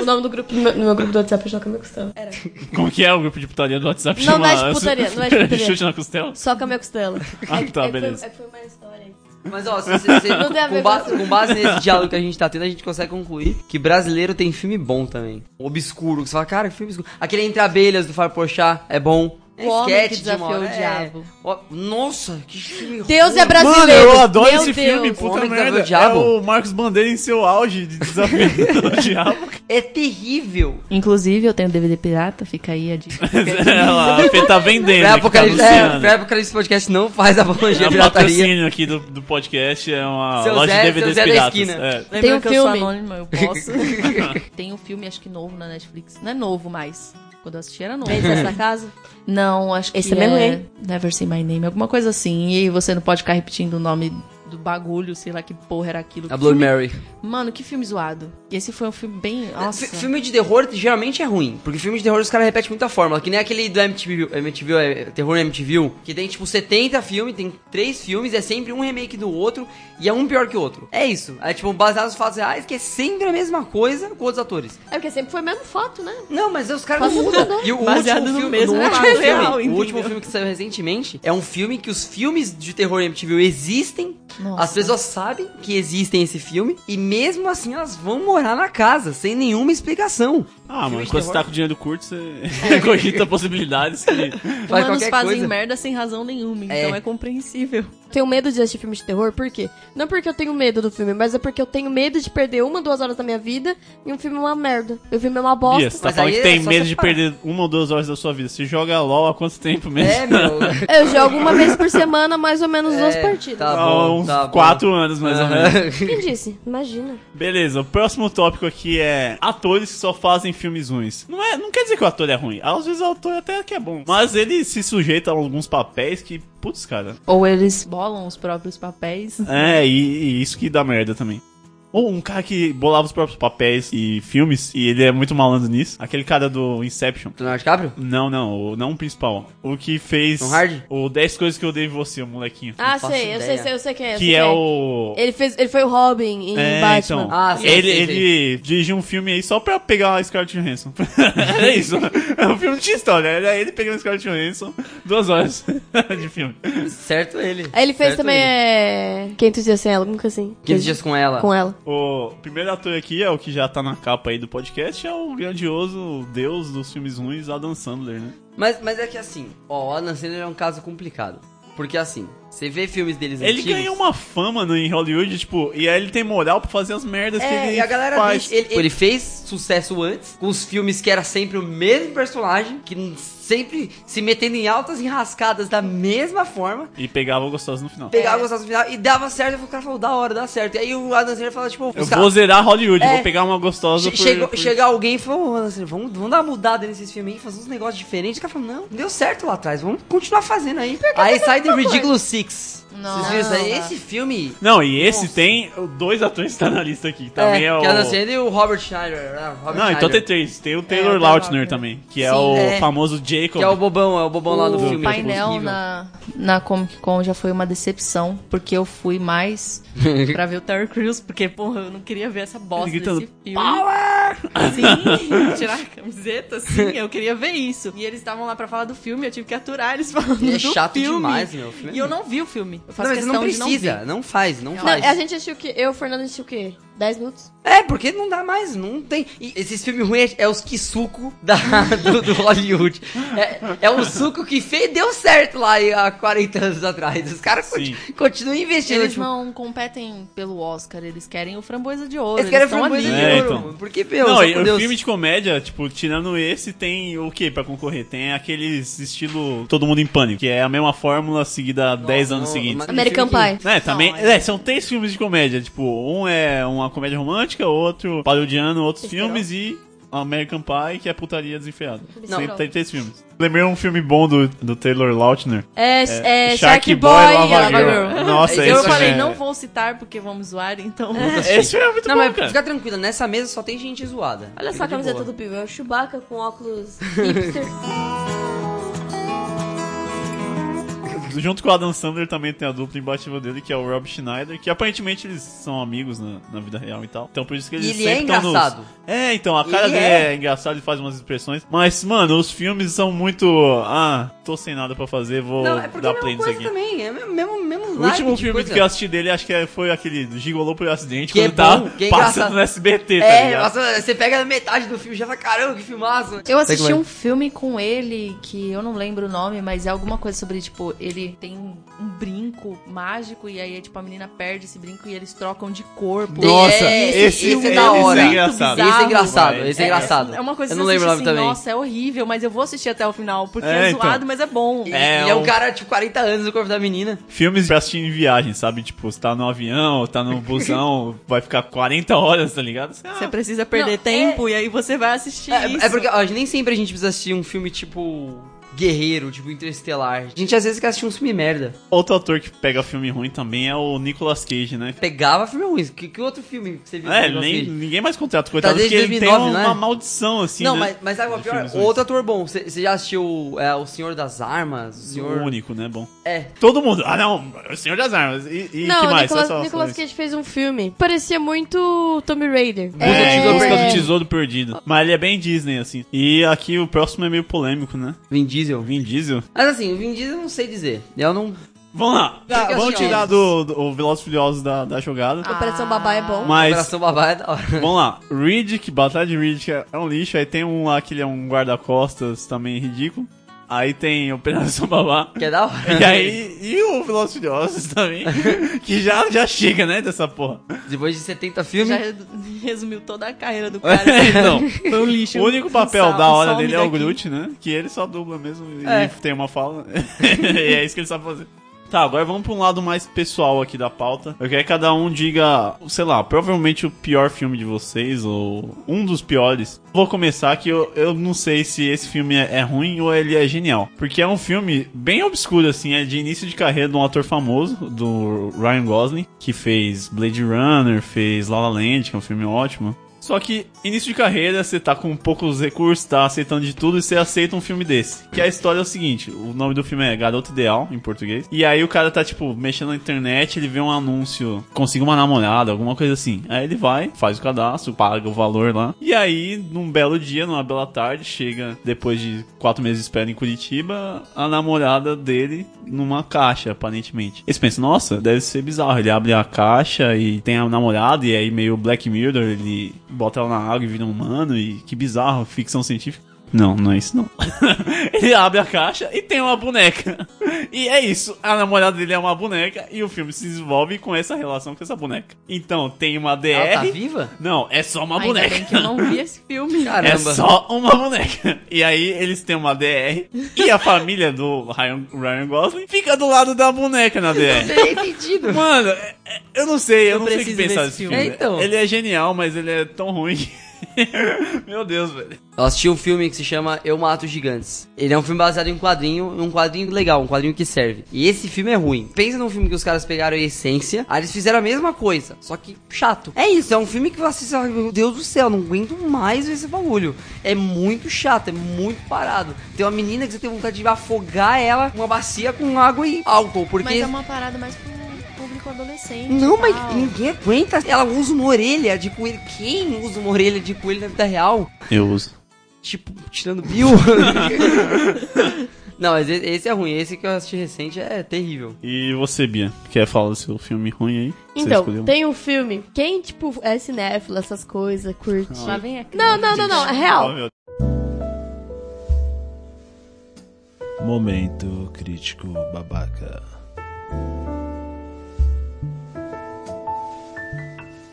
S1: O nome do grupo do meu, do meu grupo do WhatsApp é Joca Minha Costela. Era.
S3: como que é o grupo de putaria do WhatsApp?
S1: Não, não é de
S3: Chama-
S1: putaria, não é de putaria.
S3: Chute na costela?
S1: Só com a minha costela.
S3: Ah,
S1: É que-
S3: tá,
S1: é que foi-
S3: beleza.
S1: é que foi uma história aí.
S2: Mas ó, se, se, se-
S1: Não tem a ver com
S2: com, ba-
S1: isso.
S2: com base nesse diálogo que a gente tá tendo, a gente consegue concluir que brasileiro tem filme bom também. Obscuro, que você fala, cara, que filme obscuro. Aquele Entre Abelhas do Fábio Porchat é bom. É
S4: O Homem
S2: esquete
S4: que
S2: de uma hora,
S4: Desafiou o
S2: é.
S4: Diabo.
S2: Ó, Nossa, que filme
S1: Deus
S2: ruim.
S1: é
S3: Mano,
S1: brasileiro.
S3: eu adoro
S1: Meu
S3: esse
S1: Deus.
S3: filme,
S2: O
S3: puta
S2: Homem que
S3: merda.
S2: Desafiou o
S3: É
S2: Diabo.
S3: o Marcos Bandeira em seu auge de desafio do diabo.
S2: É terrível.
S4: Inclusive, eu tenho DVD pirata, fica aí a dica.
S3: Ela, a Fê tá vendendo. aqui,
S2: Pré-apocalipse
S3: tá anunciando.
S2: é, pré-apocalipse podcast não faz apologia à
S3: É um
S2: pirataria.
S3: patrocínio aqui do, do podcast, é uma
S2: Seu
S3: loja
S2: Zé-
S3: de
S2: seu
S3: DVDs
S2: Zé da
S3: piratas.
S2: esquina.
S3: É.
S4: Lembrando
S1: Tem um
S4: que eu
S1: filme.
S4: sou anônima, eu posso. Tem um filme, acho que novo na Netflix. Não é novo mais. Quando eu assisti era novo.
S1: Vem dessa casa?
S4: Não, acho que
S1: é Esse também é ruim.
S4: Never Say My Name, alguma coisa assim. E você não pode ficar repetindo o nome do bagulho, sei lá que porra era aquilo.
S2: A Bloody
S4: Filme-
S2: Mary.
S4: Mano, que filme zoado. E esse foi um filme bem. Nossa.
S2: Fi- Filme de terror geralmente é ruim, porque filme de terror os caras repetem muita fórmula, que nem aquele do MTV, MTV é, Terror MTV, que tem tipo 70 filmes, tem três filmes, é sempre um remake do outro e é um pior que o outro. É isso, é tipo baseado nos fatos reais, que é sempre a mesma coisa com outros atores.
S1: É porque sempre foi o mesmo fato, né?
S2: Não, mas é os caras não
S1: Fato
S2: mudam.
S1: mudou.
S2: E o
S4: Baseado
S2: último
S4: no
S2: filme,
S4: mesmo
S2: no
S4: fato
S2: último filme,
S4: real,
S2: o
S4: entendeu?
S2: último filme que saiu recentemente é um filme que os filmes de terror MTV existem
S4: Nossa.
S2: as pessoas sabem que existem esse filme e mesmo assim elas vão morar na casa sem nenhuma explicação.
S3: Ah,
S2: Filme
S3: mano,
S2: de
S3: quando você
S2: terror.
S3: tá com dinheiro curto, você cogita possibilidades que...
S2: Faz
S4: Humanos
S2: qualquer
S4: fazem
S2: coisa.
S4: merda sem razão nenhuma,
S2: É.
S4: então é compreensível.
S1: Tenho medo de assistir filme de terror, por quê? Não porque eu tenho medo do filme, mas é porque eu tenho medo de perder uma, duas horas da minha vida e um filme é uma merda. E o filme é uma bosta.
S3: Bia, você tá
S2: Mas
S3: falando
S2: aí
S3: que
S2: é
S3: tem
S2: só
S3: medo
S2: você
S3: de
S2: parar.
S3: perder uma ou duas horas da sua vida. Você joga LOL há quanto tempo mesmo?
S2: É, meu.
S1: Eu jogo uma vez por semana, mais ou menos duas
S2: É,
S1: partidas.
S2: tá.
S3: Há
S2: bom,
S3: uns
S2: tá bom.
S3: quatro anos, mais ou menos.
S1: Quem disse? Imagina.
S3: Beleza, o próximo tópico aqui é atores que só fazem filmes ruins. Não, é, não quer dizer que o ator é ruim. Às vezes o ator até que é bom. Mas ele se sujeita a alguns papéis que, putz, cara.
S4: Ou eles bolam os próprios papéis.
S3: É, e, e isso que dá merda também. Ou um cara que bolava os próprios papéis e filmes, e ele é muito malandro nisso. Aquele cara do Inception.
S2: Leonardo DiCaprio?
S3: Não, não, o, não o principal. O que fez.
S2: Tom Hardy?
S3: O 10 Coisas que eu dei em você, o molequinho.
S1: Ah,
S2: faço
S1: sei, eu sei,
S2: ideia.
S1: sei, eu sei quem é. eu sei
S3: que
S1: quem
S3: é o.
S1: Ele, fez, ele foi o Robin em
S3: É,
S1: Batman.
S3: então.
S2: Ah, sim,
S3: ele,
S2: sim, sim.
S3: ele dirigiu um filme aí só pra pegar a Scarlett Johansson. Era isso. É um filme de história. Era ele pegando a Scarlett Johansson. Duas horas de filme.
S2: Certo ele.
S1: Aí ele fez
S2: Certo
S1: também
S2: ele.
S1: é... 500 dias sem ela, nunca assim.
S2: 15 dias com ela.
S1: com ela.
S3: O primeiro ator aqui é o que já tá na capa aí do podcast. É o grandioso deus dos filmes ruins, Adam Sandler, né?
S2: Mas, mas é que assim, ó, o Adam Sandler é um caso complicado. Porque assim, você vê filmes deles
S3: Ele
S2: antigos...
S3: ganhou uma fama no, em Hollywood, tipo, e aí ele tem moral pra fazer as merdas que
S2: É,
S3: ele
S2: e a galera
S3: faz.
S2: deixa- ele, ele fez sucesso antes, com os filmes que era sempre o mesmo personagem, que sempre se metendo em altas enrascadas da mesma forma.
S3: E pegava o gostoso no final.
S2: Pegava gostava do final e dava certo, e o cara falou, da hora, dá certo. E aí o Adam Sandler fala, tipo,
S3: Eu
S2: os cara-
S3: vou zerar Hollywood,
S2: É.
S3: vou pegar uma gostosa
S2: Che-
S3: por,
S2: chegou-
S3: por-
S2: Chegar alguém e falou, "Ô, Adam Sandler, vamos, vamos dar uma mudada nesses filmes aí, fazer uns negócios diferentes. O cara falou, não, deu certo lá atrás, vamos continuar fazendo aí. Aí sai The Ridiculous Six. Vocês viram isso aí? Esse filme...
S3: Não, e esse
S2: Nossa.
S3: tem dois atores que tá na lista aqui. Também é, o.
S2: Que é o Adam Sandler e o Robert Schneider. né? Robert
S3: Não, então
S2: Schneider,
S3: tem três. Tem o Taylor
S4: É, o
S3: Lautner
S4: Lautner.
S3: também, que é
S4: Sim.
S3: o
S2: É.
S3: famoso Jacob.
S2: Que é o bobão, é o bobão lá do
S4: o
S2: filme.
S4: painel
S2: horrível.
S4: na, na Comic Con já foi uma decepção, porque eu fui mais pra ver o Terry Crews, porque, porra, eu não queria ver essa bosta
S2: tá
S3: Ele gritando,
S4: desse filme.
S3: Power!
S4: Sim, tirar a camiseta, sim, eu queria ver isso. E eles estavam lá pra falar do filme, eu tive que aturar eles falando
S2: É
S4: do
S2: chato
S4: filme.
S2: demais, meu. O filme é
S4: E eu não vi o filme. Eu
S2: Não,
S4: faço
S2: mas
S4: questão
S2: não
S4: de não é
S2: precisa.
S4: ver.
S2: Não, faz, não,
S1: Não,
S2: faz.
S1: a gente assistiu o quê? Eu e o Fernando assistiu o quê? 10 minutos?
S2: É, porque não dá mais, não tem. E esses filmes ruins é, é os que suco da, do, do Hollywood. É, é o suco que fez, deu certo lá e há 40 anos atrás. Os caras
S3: Sim.
S2: conti- continuam investindo.
S4: Eles
S2: tipo,
S4: não competem pelo Oscar, eles querem o Framboesa de Ouro.
S2: eles querem
S4: estão
S2: framboesa
S4: ali.
S2: de
S3: É,
S2: ouro.
S3: então.
S2: mano. né, Porque, meu,
S3: não,
S2: só
S3: e
S2: por
S3: o
S2: Deus.
S3: filme de comédia, tipo, tirando esse, tem o que pra concorrer? Tem aqueles estilo Todo Mundo em Pânico, que é a mesma fórmula seguida há 10 anos
S2: Não,
S3: seguintes.
S2: mas-
S1: American
S2: filme que-
S1: Pie.
S3: É, também.
S4: Não, é-
S3: é, são três filmes de comédia. Tipo, um é uma comédia romântica, outro parodiando outros
S1: Besterol.
S3: filmes e American Pie, que é putaria desenfreada.
S1: Besterol.
S3: Sempre tem três filmes. Lembrei um filme bom do, do Taylor Lautner.
S1: É, é,
S3: Shark
S1: Shark
S3: Boy
S1: Boy
S3: e
S1: e
S3: Lava
S1: Lava
S3: Girl.
S1: Girl.
S3: Nossa,
S4: eu
S3: esse
S4: falei,
S3: é-
S4: não vou citar porque vamos zoar, então.
S3: Esse filme é muito
S2: Não,
S3: bom,
S2: mas
S3: cara.
S2: fica tranquilo, nessa mesa só tem gente zoada.
S1: Olha só
S2: Fica
S1: a
S2: de
S1: camiseta
S2: boa.
S1: do Pivo. É o Chewbacca com óculos hipster.
S3: Junto com o Adam Sandler também tem a dupla imbatível dele, que é o Rob Schneider, que aparentemente eles são amigos na, na vida real e tal. Então por isso que eles
S2: E ele
S3: sempre
S2: é
S3: tão nos-
S2: engraçado.
S3: É, então, a cara
S2: Ele
S3: dele
S2: é.
S3: é engraçada e faz umas expressões. Mas, mano, os filmes são muito. Ah, tô sem nada pra fazer, vou
S2: Não, é porque é
S3: dar
S2: a
S3: play
S2: mesma
S3: nisso
S2: coisa
S3: aqui.
S2: também. É mesmo, mesmo, mesmo
S3: O último filme que eu
S2: as
S3: assisti dele, acho que é, foi aquele do Gigolô por acidente,
S2: é. Que
S3: quando
S2: é
S3: tá
S2: bom, que é
S3: passando
S2: engraçado.
S3: no SBT, tá
S2: É,
S3: ligado?
S2: nossa, você pega metade do filme e já fala, caramba, que filmaço.
S4: Eu assisti
S2: Sei que
S4: um filme com ele que eu não lembro o nome, mas é alguma coisa sobre, tipo, ele tem um um brinco mágico e aí, tipo, a menina perde esse brinco e eles trocam de corpo.
S3: Nossa,
S2: É,
S3: esse,
S2: esse-
S3: filme
S2: esse é da
S3: muito
S2: hora.
S3: engraçado.
S2: Esse é engraçado,
S3: Vai.
S2: esse é engraçado.
S4: É uma coisa
S2: eu
S4: que
S2: não
S4: você
S2: lembro o nome
S4: assiste assim,
S2: também.
S4: Nossa, é horrível, mas eu vou assistir até o final, porque
S3: É,
S4: é,
S3: então.
S4: zoado, mas é bom.
S2: E-
S3: É,
S2: e é um
S3: um-
S2: cara, tipo, 40 anos no corpo da menina.
S3: Filmes pra assistir em viagem, sabe? Tipo, você tá no avião, tá no busão, vai ficar 40 horas, tá ligado? Você, ah,
S4: Você precisa perder tempo e aí você vai assistir isso.
S2: É, é porque ó, nem sempre a gente precisa assistir um filme, tipo, guerreiro, tipo, interestelar. A gente às vezes quer assistir um filme merda.
S3: Outro ator que pega filme ruim também é o Nicolas Cage, né?
S2: Pegava filme ruim. Que, que outro filme que você viu?
S3: É,
S2: que você
S3: nem,
S2: fez?
S3: ninguém mais contrata, coitado,
S2: Tá desde
S3: porque ele tem
S2: 2009,
S3: uma,
S2: né?
S3: uma maldição, assim,
S2: não,
S3: né?
S2: mas, mas sabe qual é o
S3: De
S2: pior?
S3: filmes ruins.
S2: Outro ator bom. Você você já assistiu é, O Senhor das Armas? O Senhor...
S3: único, né? Bom.
S2: É.
S3: Todo mundo. Ah, não, o Senhor das Armas. E, e
S1: Não,
S3: que
S1: o
S3: mais?
S1: Nicolas,
S3: Só- só- só
S1: Nicolas
S3: isso.
S1: Cage fez um filme. Parecia muito Tomb Raider.
S3: Busca, de-
S2: É.
S3: Busca do Tesouro Perdido. Mas ele é bem Disney, assim. E aqui o próximo é meio polêmico, né?
S2: Vin Diesel.
S3: Vin Diesel.
S2: Mas assim, o Vin Diesel eu não sei dizer. Eu não...
S3: Vamos lá.
S2: Fica
S3: Vamos
S2: assim, ó.
S3: tirar do, do o Velozes e Furiosos da, da jogada.
S1: Operação Babá é bom.
S3: Mas
S2: Operação Babá é da hora.
S3: Vamos lá, Riddick, Batalha de Riddick é é um lixo, aí tem um lá que ele é um guarda-costas também ridículo, aí tem Operação Babá,
S2: Que é da hora.
S3: e aí, e o Velozes e Furiosos também, que já, já chega, né, dessa porra.
S2: Depois de 70 filmes...
S4: Já re- resumiu toda a carreira do cara.
S2: É
S3: Então,
S4: Foi um lixo. um
S3: o único papel
S4: Sal-
S3: da hora
S4: some
S3: dele é o
S4: daqui.
S3: Groot, né, que ele só dubla mesmo e
S2: É.
S3: tem uma fala, e é isso que ele sabe fazer. Tá, agora vamos pra um lado mais pessoal aqui da pauta. Eu quero que cada um diga, sei lá, provavelmente o pior filme de vocês, ou um dos piores. Vou começar que eu, eu não sei se esse filme é, é ruim ou ele é genial. Porque é um filme bem obscuro, assim, é de início de carreira de um ator famoso, do Ryan Gosling, que fez Blade Runner, fez La La Land, que é um filme ótimo. Só que, início de carreira, você tá com poucos recursos, tá aceitando de tudo e você aceita um filme desse. Que a história é o seguinte: o nome do filme é Garoto Ideal, em português. E aí o cara tá, tipo, mexendo na internet, ele vê um anúncio, consiga uma namorada, alguma coisa assim. Aí ele vai, faz o cadastro, paga o valor lá. E aí, num belo dia, numa bela tarde, chega, depois de quatro meses de espera em Curitiba, a namorada dele numa caixa, aparentemente. Eles pensam, nossa, deve ser bizarro. Ele abre a caixa e tem a namorada, e aí meio Black Mirror, ele bota ela na água e vira um humano, e que bizarro, ficção científica. Não, não é isso não. ele abre a caixa e tem uma boneca. E é isso, a namorada dele é uma boneca e o filme se desenvolve com essa relação com essa boneca. Então, tem uma DR.
S2: Ela tá viva?
S3: Não, é só
S2: um
S3: uma
S4: Ainda
S3: boneca.
S4: bem que eu não vi esse filme.
S3: É
S2: Caramba.
S3: só uma boneca. E aí eles têm uma DR e a família do Ryan, Ryan Gosling fica do lado da boneca na
S2: Não é
S3: DR.
S2: tem sentido.
S3: Mano, é- é- eu não sei, eu,
S4: Eu
S3: não sei o que
S4: preciso
S3: pensar desse
S4: desse
S3: filme.
S2: filme. É, então.
S3: Ele é genial, mas ele é tão ruim. Meu Deus, velho.
S2: Eu assisti um filme que se chama Eu Mato os Gigantes. Ele é um filme baseado em um quadrinho, um quadrinho legal, um quadrinho que serve. E esse filme é ruim. Pensa num filme que os caras pegaram a essência, aí eles fizeram a mesma coisa, só que chato. É isso, é um filme que você assiste, e fala, meu Deus do céu, não aguento mais ver esse bagulho. É muito chato, é muito parado. Tem uma menina que você tem vontade de afogar ela com é uma bacia com água e álcool, porque
S4: Mas é uma parada mais pro público
S1: com adolescente.
S2: Não,
S1: e
S2: mas
S1: tal.
S2: ninguém aguenta. Ela usa uma orelha de coelho. Quem usa uma orelha de coelho na vida real?
S3: Eu uso.
S2: Tipo, tirando Bill. Não, mas e- esse é ruim. Esse que eu assisti recente é terrível.
S3: E você, Bia? Quer falar do seu filme ruim aí? Que você
S1: Então,
S3: escolheu?
S1: tem um filme. Quem, tipo, é cinéfilo, essas coisas, curte.
S4: Lá vem a criança.
S1: Não, não, não, não. É
S3: Ah,
S1: real.
S3: meu
S6: Momento crítico babaca.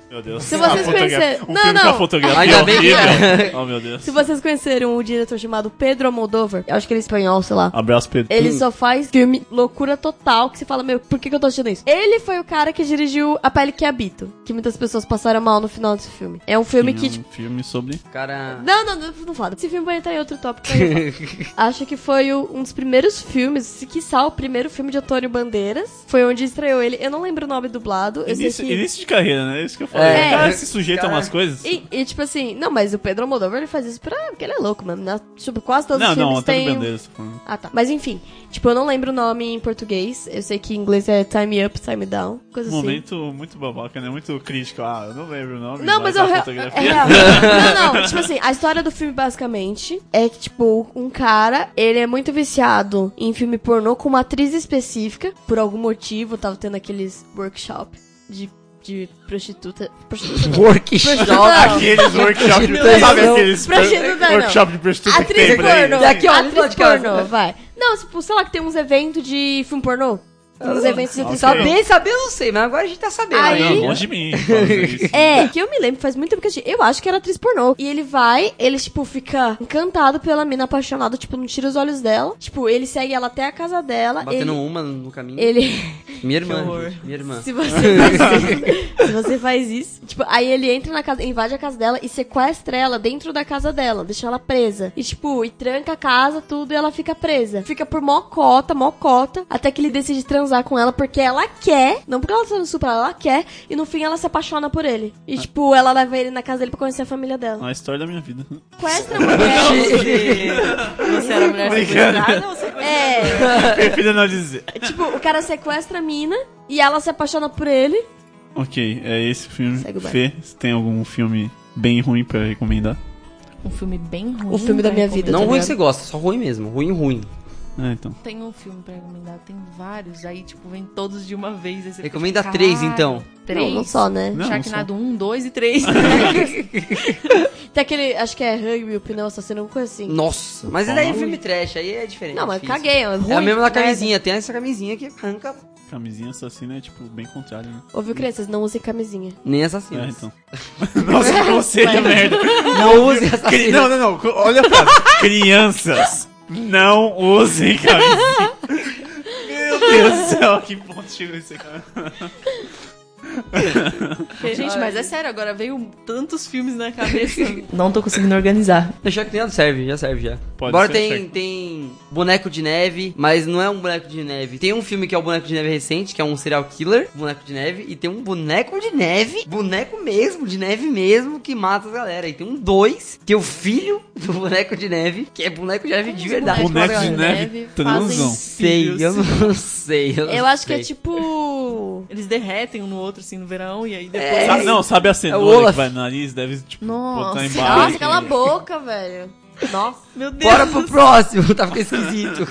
S3: Meu Deus.
S1: Se vocês
S3: A fotografia-
S1: conhecerem-
S3: Um
S1: Não,
S3: filme
S1: não.
S3: com a fotografia é
S2: Ainda bem que-
S3: horrível. oh, meu Deus.
S1: Se vocês conheceram o diretor chamado Pedro Almodóvar, eu acho que ele é espanhol, sei lá.
S3: Abraço, Pedro.
S1: Ele só faz filme loucura total, que você fala, meu, por que, que eu tô assistindo isso? Ele foi o cara que dirigiu A Pele que Habito, que muitas pessoas passaram mal no final desse filme. É um filme que,
S3: Tem
S1: tipo...
S3: um filme sobre...
S2: Cara.
S1: Não, não, não, não fala. Esse filme vai entrar em outro tópico. mas eu falo. Acho que foi o- um dos primeiros filmes, se quiçá, o primeiro filme de Antônio Bandeiras. Foi onde estreou ele. Eu não lembro o nome dublado. Eu
S3: Início,
S1: sei que...
S3: início de carreira, né? É isso que eu falei.
S2: É.
S3: O cara se sujeita
S2: Cara.
S3: a umas coisas.
S1: E, e, tipo assim, não, mas o Pedro Almodóvar ele faz isso pra... porque ele é louco, mano. Na- tipo, quase todos
S3: Não,
S1: os filmes
S3: não, Antônio
S1: têm...
S3: Bandeiras. tô falando.
S1: Ah, tá. Mas enfim, tipo, eu não lembro o nome em português. Eu sei que em inglês é Time Up, Time Down, coisa assim.
S3: Um Momento muito babaca, né? Muito crítico. Ah, eu não lembro o nome.
S1: Não, mas eu
S3: a
S1: real. É
S3: fotografia.
S1: real. Não, não. Tipo assim, a história do filme, basicamente, é que, tipo, um cara, ele é muito viciado em filme pornô com uma atriz específica. Por algum motivo, tava tendo aqueles workshop de, de prostituta. Prostituta. não.
S2: Workshop.
S1: Não.
S3: Aqueles workshops
S2: Meu
S3: de...
S2: Deus,
S3: Sabe
S1: não.
S3: aqueles
S1: Prostituta, não.
S3: workshop de prostituta que
S1: Atriz
S3: tem por aí?
S1: pornô.
S2: E aqui, ó, lá
S1: atriz
S2: de casa.
S1: pornô, vai. Não, tipo, sei lá, que tem uns eventos de filme pornô. Uns eventos de atriz pornô.
S2: Saber, saber eu não sei, mas agora a gente tá sabendo.
S1: Aí-
S3: Não, longe de mim. fazer isso.
S1: É, que eu me lembro, faz muito tempo que eu assisti. Eu acho que era atriz pornô. E ele vai, ele, tipo, fica encantado pela mina apaixonada, tipo, não tira os olhos dela. Tipo, ele segue ela até a casa dela.
S2: Batendo
S1: ele...
S2: uma no caminho.
S1: Ele.
S2: Minha irmã, gente, minha irmã.
S1: Se você faz isso. se você faz isso. Tipo, aí ele entra na casa, invade a casa dela e sequestra ela dentro da casa dela, deixa ela presa. E, tipo, e tranca a casa, tudo, e ela fica presa. Fica por mocota, mocota, até que ele decide transar com ela porque ela quer. Não porque ela tá sendo suprada, ela quer. E no fim ela se apaixona por ele. E, tipo, ela leva ele na casa dele pra conhecer a família dela.
S3: É a história da minha vida.
S1: Sequestra a mulher.
S4: Você era mulher sequestrada ou sequestrada?
S1: é.
S3: Prefiro não dizer.
S1: Tipo, o cara sequestra a mina e ela se apaixona por ele.
S3: Ok, é esse filme.
S1: Segue o
S3: Fê, você tem algum filme bem ruim pra recomendar?
S4: Um filme bem ruim. né,
S1: O filme da
S4: pra
S1: minha vida.
S4: recomendar.
S2: Não
S1: tá
S2: ruim
S1: ligado?
S2: que você gosta, só ruim mesmo. Ruim, ruim.
S3: É, então.
S4: Tem um filme pra recomendar, tem vários. Aí, tipo, vem todos de uma vez. aí você fica,
S2: Recomenda
S4: tipo,
S2: três,
S4: caralho,
S2: então.
S4: Três?
S1: Não, não só, né?
S3: Não,
S4: Sharknado 1, 2 e 3.
S1: Tem aquele, acho que é Rugby, o pneu assassino, alguma coisa assim.
S2: Nossa. Mas daí é filme trash, aí é diferente.
S1: Não, mas
S2: difícil.
S1: caguei, é ruim.
S2: É a mesma da
S1: merda.
S2: camisinha, tem essa camisinha que arranca
S3: Camisinha assassina é tipo bem contrário, né?
S1: Ouviu, crianças? Não usem camisinha.
S2: nem
S3: É,
S2: assassinos.
S3: então. Nossa, que conselho, merda.
S2: Não use
S3: Cri-
S2: assassinos.
S3: Não, não, não. co- Olha a frase. Crianças, não usem camisinha. Meu Deus do céu, que ponto chegou isso aqui.
S4: Gente, mas é sério, agora veio tantos filmes na cabeça. Não tô conseguindo organizar.
S2: O Sharknado serve, já serve já.
S3: Pode
S2: Agora
S3: ser
S2: tem,
S3: Shark-
S2: tem boneco de neve, mas não é um boneco de neve. Tem um filme que é o boneco de neve recente, que é um serial killer, boneco de neve, e tem um boneco de neve, boneco mesmo, de neve mesmo, que mata a galera. E tem um dois, que é o filho do boneco de neve, que é boneco de neve de
S4: é
S2: verdade.
S3: bonecos
S2: mata a
S3: de
S2: galera.
S3: neve transam.
S2: Sei, eu
S4: filhos.
S2: não sei. Eu, não
S1: Eu acho que é
S2: sei.
S1: tipo.
S4: Eles derretem um no outro, assim, no verão, e aí depois...
S2: É.
S3: Sa- não, sabe a
S2: É o
S3: cenoura
S2: Olaf.
S3: que vai no nariz? Deve, tipo,
S4: Nossa.
S3: botar
S2: Ah,
S3: embaixo.
S1: Nossa, cala a boca, velho. Nossa.
S4: Meu Deus!
S2: Bora pro próximo, tá ficando esquisito.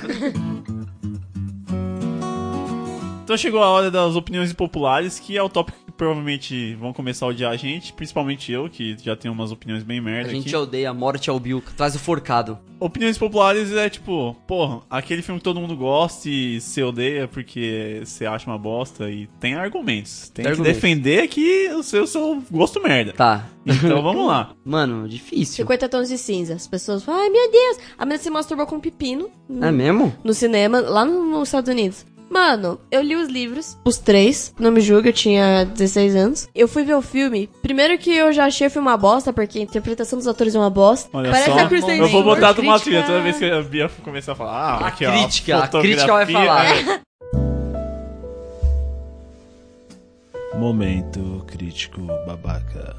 S3: Então chegou a hora das opiniões populares, que é o tópico que provavelmente vão começar a odiar a gente, principalmente eu, que já tenho umas opiniões bem
S2: A
S3: merda
S2: gente é
S3: aqui.
S2: odeia a morte ao Bill, traz o forcado.
S3: Opiniões populares é tipo, porra, aquele filme que todo mundo gosta e se odeia porque você acha uma bosta e tem argumentos. Tem,
S2: Tem
S3: que
S2: argumentos.
S3: defender que o seu, seu gosto merda.
S2: Tá.
S3: Então vamos lá.
S2: Mano, difícil.
S1: 50 tons de cinza. As pessoas falam, ai meu Deus. A menina se masturbou com um pepino
S2: É mesmo?
S1: no cinema, lá no- nos Estados Unidos. Mano, eu li os livros, os três, não me julga, eu tinha 16 anos. Eu fui ver o filme. Primeiro que eu já achei o filme uma bosta, porque a interpretação dos atores é uma bosta.
S3: Olha
S1: Parece
S3: só,
S1: a Kristen
S3: eu vou
S1: Stewart.
S3: botar numa trilha
S4: Crítica.
S3: toda vez que a Bia começar a falar. Ah,
S2: A
S3: aqui, ó,
S2: crítica, a
S3: fotografia,
S2: crítica vai falar.
S3: é.
S6: Momento crítico babaca.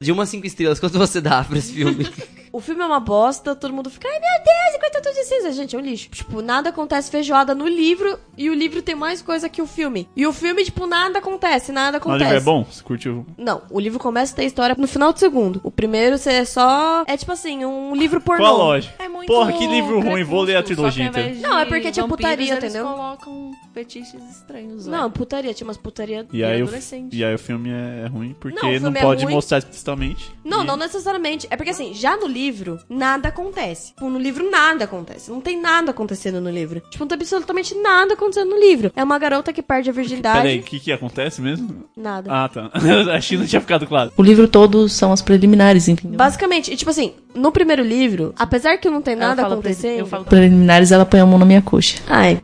S2: De uma a cinco estrelas, quanto você dá pra esse filme?
S1: O filme é uma bosta, todo mundo fica, ai meu Deus, 50 Tatu de Cinza, gente, é um lixo. Tipo, nada acontece feijoada no livro e o livro tem mais coisa que o filme. E o filme, tipo, nada acontece, nada
S3: Mas o
S1: acontece.
S3: livro é bom? Você curtiu?
S1: Não, o livro começa a ter história no final do segundo. O primeiro você é só. É tipo assim, um livro pornô.
S3: Qual a lógica?
S4: É muito
S3: Porra, que livro ruim, vou ler a
S4: Crepúsculo, só que
S3: trilogia então.
S4: ao invés
S3: inteira.
S4: de
S1: Não, é porque tinha
S4: vampiros,
S1: putaria,
S4: eles
S1: entendeu?
S4: colocam fetiches estranhos.
S1: Não, putaria, tinha umas putaria
S3: E aí, o,
S4: adolescente.
S3: e aí o filme é ruim porque
S1: Não, o
S3: não,
S1: filme é
S3: pode
S1: ruim.
S3: mostrar explicitamente.
S1: Não,
S3: E-
S1: não necessariamente. É porque assim, já no livro, nada acontece. Tipo, no livro nada acontece. Não tem nada acontecendo no livro. Tipo, não tem absolutamente nada acontecendo no livro. É uma garota que perde a virgindade.
S3: Peraí, o que, que acontece mesmo?
S1: Nada.
S3: Ah, tá. A China tinha ficado claro.
S4: O livro todo são as preliminares, entendeu?
S1: Basicamente, e tipo assim, no primeiro livro, apesar que não tem nada acontecendo.
S4: Eu falo preliminares, ela põe a mão na minha coxa.
S1: Ai.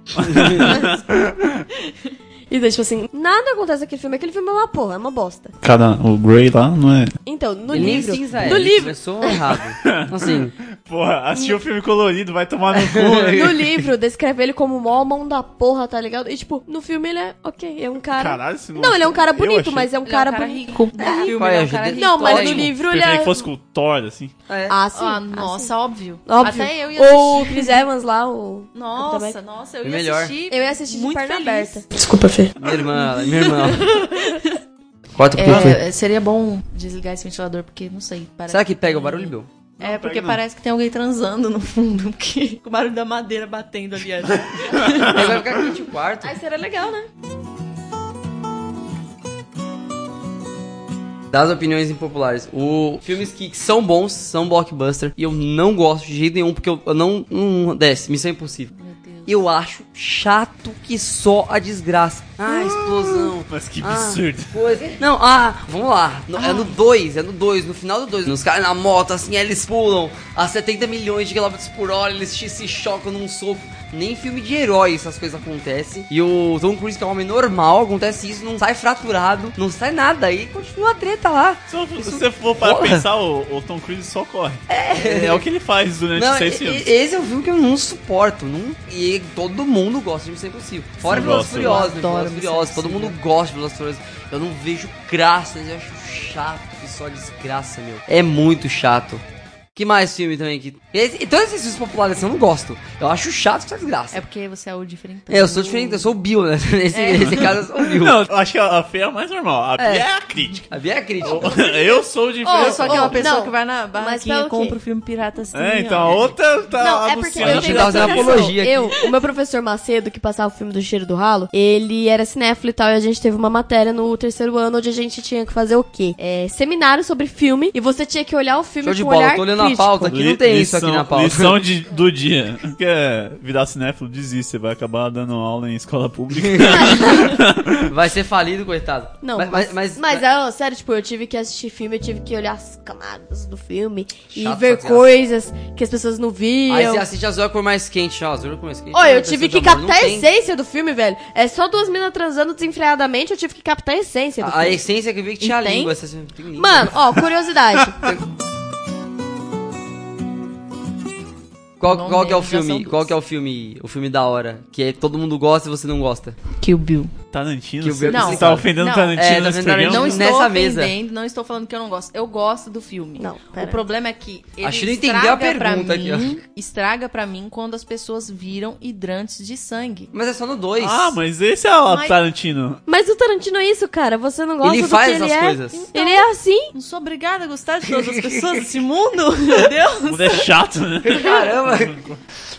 S1: e daí, tipo assim, nada acontece naquele filme. Aquele filme é uma porra, é uma bosta.
S3: Cada, o Grey lá não é.
S1: Então, no
S2: Ele nem
S1: livro.
S2: cinza é,
S1: no
S2: ele
S1: livro.
S2: começou errado. Assim,
S3: Porra, assistiu o filme colorido, vai tomar no cu.
S1: No livro, descreve ele como o maior mão da porra, tá ligado? E, tipo, no filme ele é ok, é um cara.
S3: Caralho, esse
S1: Não, ele é um cara
S3: eu
S1: bonito,
S3: achei-
S1: mas é um
S4: Ele é um
S1: cara,
S4: cara
S1: bonito.
S4: rico.
S2: Ah,
S4: Filme,
S2: qual é,
S4: ele é um
S2: Judeu?
S4: cara rico.
S1: Não, mas no
S2: Ótimo.
S1: livro ele
S3: Preferia
S1: é.
S3: que fosse com o Thor, assim.
S2: é.
S1: Ah, sim.
S4: Ah,
S1: ah, sim.
S4: nossa, óbvio.
S1: Óbvio.
S4: Até eu ia
S1: Ou o
S4: assistir.
S1: Chris Evans lá, o.
S4: Nossa, nossa, eu
S2: Foi
S4: ia
S2: melhor.
S4: assistir.
S1: Eu ia assistir de
S4: Muito
S1: perna
S4: feliz.
S1: aberta.
S4: Desculpa, Fê.
S2: Minha irmã, minha irmã. Corta o pico.
S4: É, seria bom desligar esse ventilador, porque não sei. Parece...
S2: Será que pega o barulho, Bill?
S4: É, porque
S3: pega não.
S4: parece que tem alguém transando no fundo, porque com o barulho da madeira batendo ali. acho.
S2: Ele vai ficar quente o quarto.
S1: Aí seria legal, né?
S2: Das opiniões impopulares. O filmes que são bons, são blockbuster, e eu não gosto de jeito nenhum, porque eu, eu não, não desce, missão impossível.
S4: Meu Deus.
S2: Eu acho chato que só a desgraça. Ah, explosão.
S3: Mas que
S2: Ah,
S3: absurdo.
S2: coisa. Não, ah, vamos lá. No- É no 2, é no 2, no final do 2. Os caras na moto, assim, aí eles pulam a 70 milhões de quilômetros por hora, eles se- se chocam num soco. Nem filme de herói essas coisas acontecem. E o Tom Cruise, que é um homem normal, acontece isso, não sai fraturado, não sai nada. Aí continua a treta lá.
S3: Se você for para
S2: Porra.
S3: pensar, o, o Tom Cruise só corre. É, o que ele faz durante
S2: Não,
S3: seis
S2: e-
S3: filmes.
S2: e- esse é um filme que eu não suporto. Não, e todo mundo gosta de Missão Impossível. Fora
S3: Eu
S2: Velozes
S3: gosto.
S2: Furiosos, né?
S4: Eu adoro
S2: Velozes
S4: Missão
S2: Furiosos. Todo
S4: Impossível.
S2: mundo gosta de Velozes Furiosos. Eu não vejo graça, eu acho chato que só desgraça, meu. É muito chato. Que mais filme também que... Esse, todos esses filmes populares assim, eu não gosto. Eu acho chato que só desgraça.
S4: É
S2: É,
S4: porque você é o diferente.
S2: eu sou diferente, eu sou o Bill, né? Nesse, nesse caso, eu sou o Bill.
S3: Não, eu acho que a, a Fê é a mais normal. A Fê
S2: É.
S3: é, a crítica.
S2: A Bia é crítica.
S3: Eu sou de
S4: Eu
S1: Oh,
S4: sou
S1: só
S4: aquela
S1: oh,
S4: pessoa
S1: não.
S4: que vai na
S1: Mas
S4: barraquinha
S1: pelo
S4: e compra
S1: quê?
S4: o filme pirata assim.
S3: É, então a
S4: ó.
S3: outra tá
S1: Não, é porque
S3: anunciando
S1: eu
S2: Luciano
S1: tenho
S2: tá
S1: essa
S2: fazendo
S1: sensação.
S2: apologia aqui.
S1: Eu, o meu professor Macedo, que passava o filme do Cheiro do Ralo, ele era cinéfilo e tal, e a gente teve uma matéria no terceiro ano onde a gente tinha que fazer o quê? É, seminário sobre filme, e você tinha que olhar o filme
S2: Show de
S1: com
S2: bola,
S1: olhar
S2: eu tô olhando a
S1: crítico.
S2: pauta aqui. que não tem isso aqui na pauta.
S3: Lição de- do dia. Quer virar cinéfilo, desiste. Você vai acabar dando aula em escola pública.
S2: Vai ser falido, coitado.
S1: Não,
S2: mas... mas, mas-
S1: mas, ah, sério, tipo, eu tive que assistir filme, eu tive que olhar as camadas do filme
S2: Chato assim.
S1: e ver
S2: pra desgraça.
S1: coisas que as pessoas não
S2: Aí você
S1: viam.
S2: assiste é a Zoe Cor Mais Quente, ó. A Zoe Cor Mais Quente.
S1: Olha,
S2: é
S1: eu
S2: uma
S1: tive que
S2: pessoa de assim, amor,
S1: captar a
S2: não tem.
S1: essência do filme, velho. É só duas minas transando desenfreadamente, eu tive que captar a essência do
S2: A, a
S1: filme.
S2: essência que vi que tinha a
S1: Entende?
S2: língua. Essa, tem língua.
S1: Mano, ó, curiosidade.
S2: Qual,
S4: Não
S2: qual que é o
S4: lembro, já são
S2: filme?
S4: duas.
S2: Qual que é o filme? O filme da hora. Que é todo mundo gosta e você não gosta.
S4: Kill Bill.
S3: Tarantino,
S2: Que o
S3: você
S2: Bill-
S3: você
S4: Não.
S3: tá ofendendo
S4: Não.
S3: Tarantino
S2: É, tá
S3: nesse
S2: ofendendo
S3: programa.
S4: Não
S2: Tarantino.
S4: estou
S2: Nessa mesa.
S4: ofendendo, não estou falando que eu não gosto. Eu gosto do filme.
S1: Não, pera.
S4: O problema é que ele
S2: A China entendeu
S4: estraga
S2: a pergunta
S4: pra
S2: aqui,
S4: mim, estraga pra mim quando as pessoas viram hidrantes de sangue.
S2: Mas é só no 2.
S3: Ah, mas esse é o
S4: Mas-
S3: Tarantino.
S1: Mas o Tarantino é isso, cara. Você não gosta
S2: Ele
S1: do
S2: faz
S1: que ele
S2: essas
S1: é.
S2: coisas.
S1: Ele é assim.
S4: Não sou obrigada a gostar de todas as pessoas desse mundo, meu
S3: O
S4: Deus.
S3: mundo é chato, né?
S2: Caramba.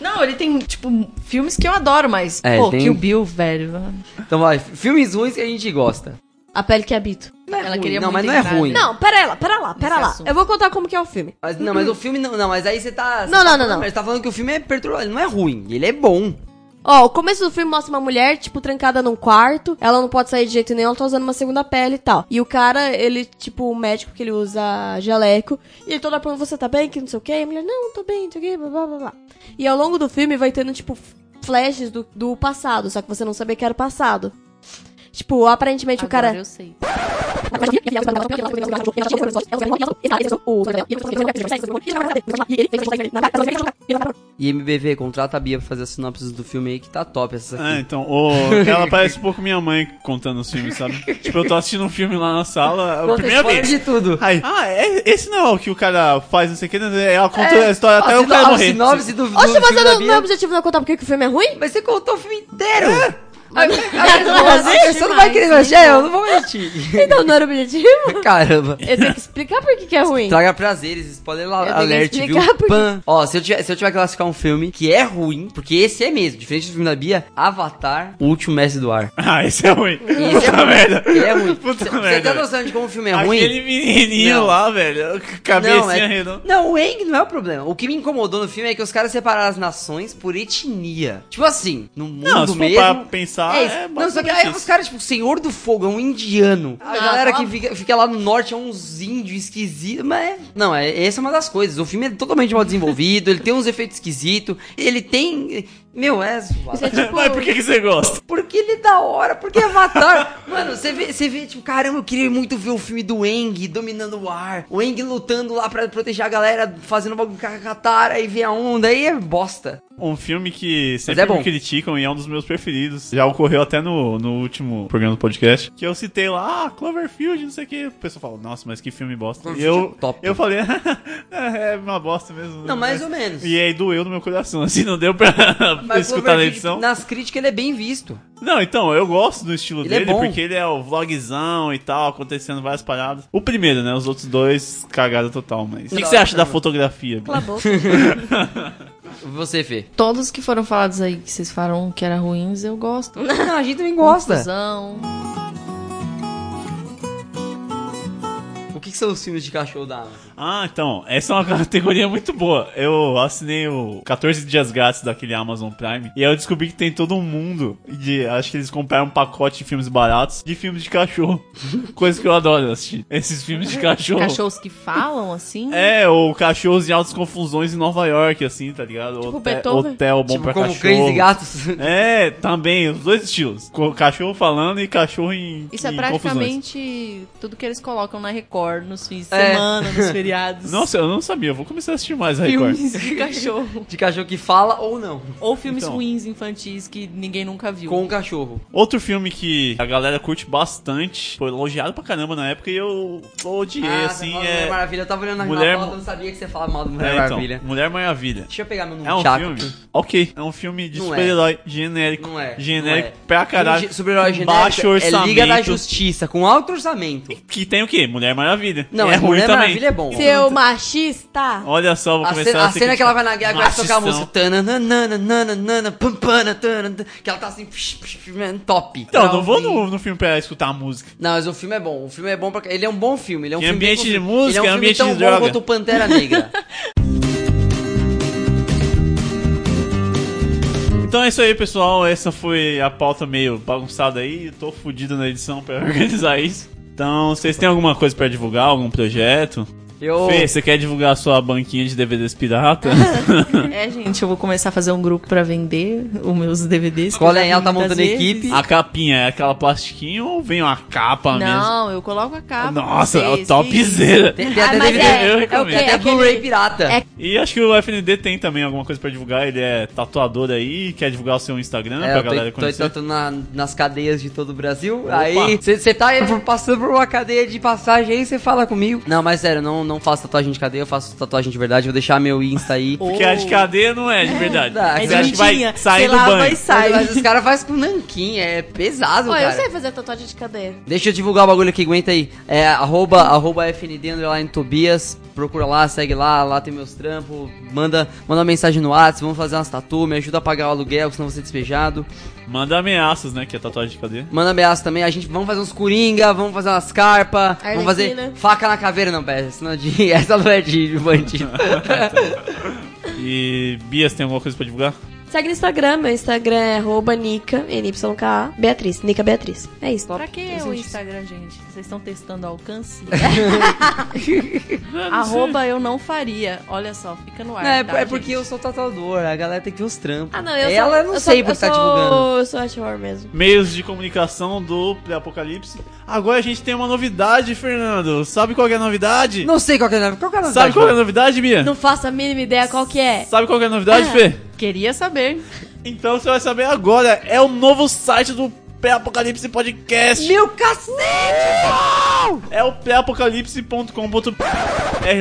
S4: Não, ele tem, tipo, filmes que eu adoro, mas...
S2: É,
S4: pô,
S2: tem-
S4: Kill Bill, velho.
S2: Então vai, filmes ruins que a gente gosta.
S1: A pele que habito.
S2: Não é
S4: Ela
S2: ruim.
S4: queria
S2: não, mas
S4: muito
S2: não é
S4: entrar,
S2: ruim.
S4: né?
S1: Não, pera lá, pera lá, pera
S4: Nesse
S1: lá.
S4: assunto.
S1: Eu vou contar como que é o filme.
S2: Mas, não, mas o filme não, não, mas aí você tá. você
S1: Não, não, não,
S2: tá falando,
S1: não.
S2: Mas tá falando que o filme é perturbador. Ele não é ruim, ele é bom.
S1: Ó, o começo do filme mostra uma mulher, tipo, trancada num quarto. Ela não pode sair de jeito nenhum, ela tá usando uma segunda pele e tal. E o cara, ele, tipo, o médico que ele usa jaleco. E ele toda hora pergunta, você tá bem? Que não sei o quê. E a mulher, não, tô bem, não sei o quê, blá, blá, blá, blá. E ao longo do filme vai tendo, tipo, flashes do, do passado. Só que você não sabia que era o passado. Tipo, aparentemente o
S4: Agora
S1: cara...
S4: eu sei.
S2: E MBV, contrata a Bia pra fazer a sinopse do filme aí que tá top essa
S3: É,
S2: aqui.
S3: então, ô, ela parece um pouco minha mãe contando os filmes, sabe? tipo, eu tô assistindo um filme lá na sala, a
S2: Conta
S3: primeira
S2: spoiler
S3: vez.
S2: de tudo.
S3: Aí, ah, é- esse não é o que o cara faz, não sei o que, não sei o que, ela conta a história até
S2: a
S3: o cara
S2: É. sino- a
S3: morrer.
S2: sinopse do, do
S1: Oxe,
S2: filme
S1: mas eu
S2: da
S1: não, meu
S2: Bia.
S1: objetivo não é contar porque que o filme é ruim?
S2: Mas você contou o filme inteiro. A, a,
S1: Não,
S2: a- a pessoa não vai
S4: demais,
S2: querer
S4: né?
S2: assistir, eu não vou assistir.
S1: Então não era o objetivo.
S2: Caramba.
S1: Eu tenho que explicar por que que é ruim.
S2: Traga prazeres, spoiler la-
S1: Eu tenho que
S2: alert, viu?
S1: explicar porque-
S2: Pan. Ó, se eu, tiver, se eu tiver que classificar um filme que é ruim, porque esse é mesmo, diferente do filme da Bia, Avatar, O Último Mestre do Ar.
S3: Ah, esse é ruim.
S2: Esse é
S3: Puta
S2: ruim.
S3: merda.
S2: Ele é ruim.
S3: Puta
S2: Você você
S3: merda.
S2: tem noção de como o filme é ruim?
S3: Aquele menininho
S2: Não.
S3: lá, velho, cabecinha
S2: Não, é-
S3: redonda.
S2: não, o Eng não é o problema. O que me incomodou no filme é que os caras separaram as nações por etnia. Tipo assim, no mundo
S3: Não, se for
S2: mesmo.
S3: pra pensar,
S2: é isso. não,
S3: é
S2: só que
S3: basicamente
S2: aí
S3: isso.
S2: os caras, tipo, o Senhor do Fogo é um indiano. A
S1: Ah,
S2: galera
S1: tá.
S2: que fica, fica lá no norte é uns índios esquisitos, mas... Não, é, essa é uma das coisas. O filme é totalmente mal desenvolvido, ele tem uns efeitos esquisitos, ele tem... Meu, é... zoado.
S1: Isso é tipo...
S3: Mas por que, que você gosta?
S2: Porque ele é da hora, porque é Avatar. Mano, você vê, você vê, tipo, caramba, eu queria muito ver o filme do Eng dominando o ar. O Eng lutando lá pra proteger a galera, fazendo bagulho com a Katara e ver a onda. Aí é bosta.
S3: Um filme que sempre
S2: é bom.
S3: me criticam e é um dos meus preferidos. Já ocorreu até no, no último programa do podcast. Que eu citei lá, ah, Cloverfield, não sei o que. O pessoal fala, nossa, mas que filme bosta. E
S2: Cloverfield
S3: eu,
S2: é top.
S3: eu falei, é é uma bosta mesmo.
S2: Não, mais ou menos.
S3: E aí doeu no meu coração, assim, não deu pra escutar na
S2: Cloverfield,
S3: edição.
S2: nas críticas, ele é bem visto.
S3: Não, então, eu gosto do estilo
S2: Ele é
S3: dele,
S2: bom.
S3: porque ele é o vlogzão e tal, acontecendo várias paradas. O primeiro, né? Os outros dois, cagada total, mas... O que, que você acha da fotografia? Bia?
S1: Cala a boca.
S2: Você, Fê.
S4: Todos que foram falados aí, que vocês falaram que era ruins, eu gosto.
S2: Não, a gente também gosta.
S4: Confusão.
S2: O que, que são os filmes de cachorro da Amazon?
S3: Ah, então, essa é uma categoria muito boa. Eu assinei o 14 dias grátis daquele Amazon Prime e aí eu descobri que tem todo um mundo de, acho que eles compraram um pacote de filmes baratos de filmes de cachorro. Coisa que eu adoro assistir. Esses filmes de cachorro.
S4: Cachorros que falam, assim.
S3: É, ou cachorros em altas confusões em Nova York, assim, tá ligado? Tipo hotel,
S4: Beethoven.
S3: hotel bom
S2: tipo,
S3: pra
S2: como
S3: cachorro.
S2: cães e gatos.
S3: É, também, os dois estilos. Co- Cachorro falando e cachorro em.
S4: Isso é
S3: em confusões.
S4: praticamente tudo que eles colocam na Record nos fins de
S2: É.
S4: semana, nos feriados.
S3: Nossa, eu não sabia, eu vou começar a assistir mais a Record.
S4: filmes de cachorro.
S2: De cachorro que fala ou não.
S4: Ou filmes
S3: Então.
S4: ruins infantis que ninguém nunca viu.
S2: Com o cachorro.
S3: Outro filme que a galera curte bastante, foi elogiado pra caramba na época e eu odiei,
S2: Ah, você
S3: assim,
S2: fala Mulher
S3: é...
S2: Maravilha. Eu tava olhando na
S3: Mulher-
S2: Mulher... eu não sabia que você falava mal do Mulher
S3: É, então,
S2: Maravilha.
S3: Mulher Maravilha.
S2: Deixa eu pegar meu
S3: É um
S2: nunchaku
S3: filme...
S2: aqui.
S3: Ok, é um filme de
S2: Não é.
S3: super-herói genérico.
S2: Não é.
S3: Genérico
S2: não é.
S3: pra caralho.
S2: Gen- Super-herói
S3: com
S2: genérico
S3: Baixo
S2: é
S3: orçamento.
S2: Liga da Justiça, com alto orçamento.
S3: Que tem o quê? Mulher Maravilha.
S2: Não,
S3: é
S2: é
S3: ruim
S2: Mulher
S3: também.
S2: Maravilha é bom.
S1: Seu machista.
S3: Olha só, vou
S2: A
S3: começar
S2: cena,
S3: a
S2: a
S3: ser
S2: cena que ela vai
S3: criticado.
S2: na guerra, começa a tocar a
S3: Machição.
S2: música. Tananana, pampana, tanana, que ela tá assim, psh, psh, psh, man, top.
S3: Então, não vou
S2: Finalzinho.
S3: no, no filme pra escutar a música.
S2: Não, mas o filme é bom. O filme é bom pra. Ele é um bom filme. Ele é um
S3: Em
S2: filme
S3: ambiente
S2: bem
S3: de
S2: construído.
S3: música,
S2: Ele é um
S3: ambiente
S2: filme
S3: de
S2: tão
S3: droga.
S2: bom quanto o Pantera Negra.
S3: Então é isso aí, pessoal. Essa foi a pauta meio bagunçada aí. Eu tô fudido na edição pra organizar isso. Então, vocês têm alguma coisa pra divulgar? Algum projeto?
S2: Eu.
S3: Fê, você quer divulgar a sua banquinha de DVDs pirata?
S4: É, gente, eu vou começar a fazer um grupo pra vender os meus DVDs. que
S2: Qual
S4: eu já
S2: é?
S4: vi
S2: Ela tá
S4: muitas
S2: montando
S4: vezes.
S2: equipe.
S3: a capinha é aquela plastiquinha ou vem uma capa mesmo?
S4: Não, eu coloco a capa.
S3: Ah, Nossa, é
S4: pra vocês,
S3: topzera.
S2: Tem, tem
S1: Ah,
S2: até
S1: mas
S2: DVD.
S1: é-
S3: eu
S1: é o
S3: recomendo.
S1: quê?
S2: Tem até
S1: Aquele-
S2: Blu-ray pirata.
S1: É-
S3: E acho que o FND tem também alguma coisa pra divulgar. Ele é tatuador aí, quer divulgar o seu Instagram pra
S2: É, eu
S3: galera
S2: tô, tô,
S3: conhecer.
S2: tô, tô na- nas cadeias de todo o Brasil.
S3: Opa.
S2: Aí você tá aí por- passando por uma cadeia de passagem aí, você fala comigo. Não, mas sério, não, não faço tatuagem de cadeia, eu faço tatuagem de verdade. Vou deixar meu Insta aí.
S4: Oh.
S3: Porque a de cadeia não é, de verdade.
S2: dá,
S4: É
S3: Você acha que vai
S4: dentinha,
S1: Oh,
S3: sair
S4: sei
S3: do
S4: lá, vai
S3: banho.
S2: Mas,
S4: sair.
S2: mas os caras fazem com nanquim, é pesado,
S1: Ó, eu
S2: cara.
S1: sei fazer tatuagem de cadeira.
S2: Deixa eu divulgar o bagulho aqui, aguenta aí. É arroba, arroba FND underline Tobias. Procura lá, segue lá, lá tem meus trampos. Manda, manda uma mensagem no WhatsApp, vamos fazer umas tatu, me ajuda a pagar o aluguel, senão vou ser despejado.
S3: Manda ameaças, né? Que é tatuagem de cadeia.
S2: Manda ameaça também, a gente vamos fazer uns coringa, vamos fazer umas carpa, vamos fazer
S1: Arlequina.
S2: faca na caveira, não, pera, senão é de, essa não é de bandido.
S3: E Bias, tem alguma coisa pra divulgar?
S1: Segue no Instagram, meu Instagram é arroba Nika, N-Y-K-A, Beatriz, Nica Beatriz. É isso.
S4: Pra que
S1: Isso,
S4: o
S1: isso.
S4: Instagram, gente? Vocês estão testando alcance? Arroba eu não faria. Olha só, fica no ar.
S2: É,
S4: tá,
S2: é porque
S4: gente?
S2: eu sou tatuador, a galera tem que ver os trampos.
S1: Ah, não, eu
S2: Ela
S1: sou,
S2: não
S1: eu
S2: sei
S1: sou,
S2: porque tá
S1: eu sou-
S2: divulgando.
S1: Eu sou Ash Horror mesmo.
S3: Meios de comunicação do Apocalipse. Agora a gente tem uma novidade, Fernando. Sabe qual que é a novidade?
S2: Não sei qual que é a novidade. Qual que é a novidade?
S3: Sabe qual que é a novidade, Bia?
S1: Não faço a mínima ideia qual que é.
S3: Sabe qual que é a novidade,
S1: Ah.
S3: Fê?
S4: Queria saber.
S3: Então você vai saber agora. É o novo site do Pré-Apocalipse Podcast.
S2: Meu cacete!
S3: É o pré-apocalipse.com.br.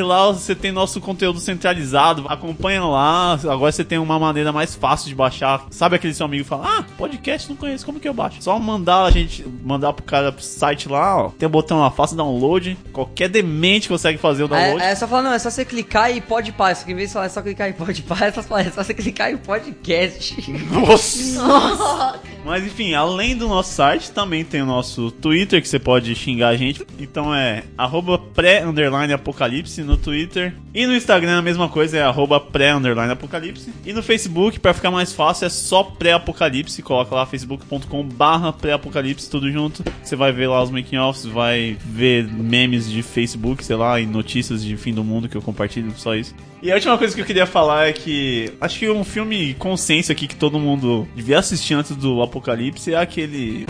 S3: Lá você tem nosso conteúdo centralizado. Acompanha lá. Agora você tem uma maneira mais fácil de baixar. Sabe aquele seu amigo que fala: Ah, podcast não conheço, como que eu baixo? Só mandar a gente mandar pro cara pro site lá, ó. Tem o botão lá, faça download. Qualquer demente consegue fazer o download.
S2: É, é só falar, não, é só você clicar e pode pá. Só que Em vez de falar, é só clicar e pode pá, é só, falar, é só você clicar e podcast.
S3: Nossa. Mas enfim, além do nosso site, também tem o nosso Twitter que você pode xingar a gente. Então é arroba pré-apocalipse no Twitter. E no Instagram a mesma coisa, é arroba pré-apocalipse. E no Facebook, pra ficar mais fácil, é só pré-apocalipse. Coloca lá facebook.com barra pré-apocalipse, tudo junto. Você vai ver lá os making-offs, vai ver memes de Facebook, sei lá, e notícias de fim do mundo que eu compartilho, só isso. E a última coisa que eu queria falar é que acho que um filme consenso aqui que todo mundo devia assistir antes do apocalipse é aquele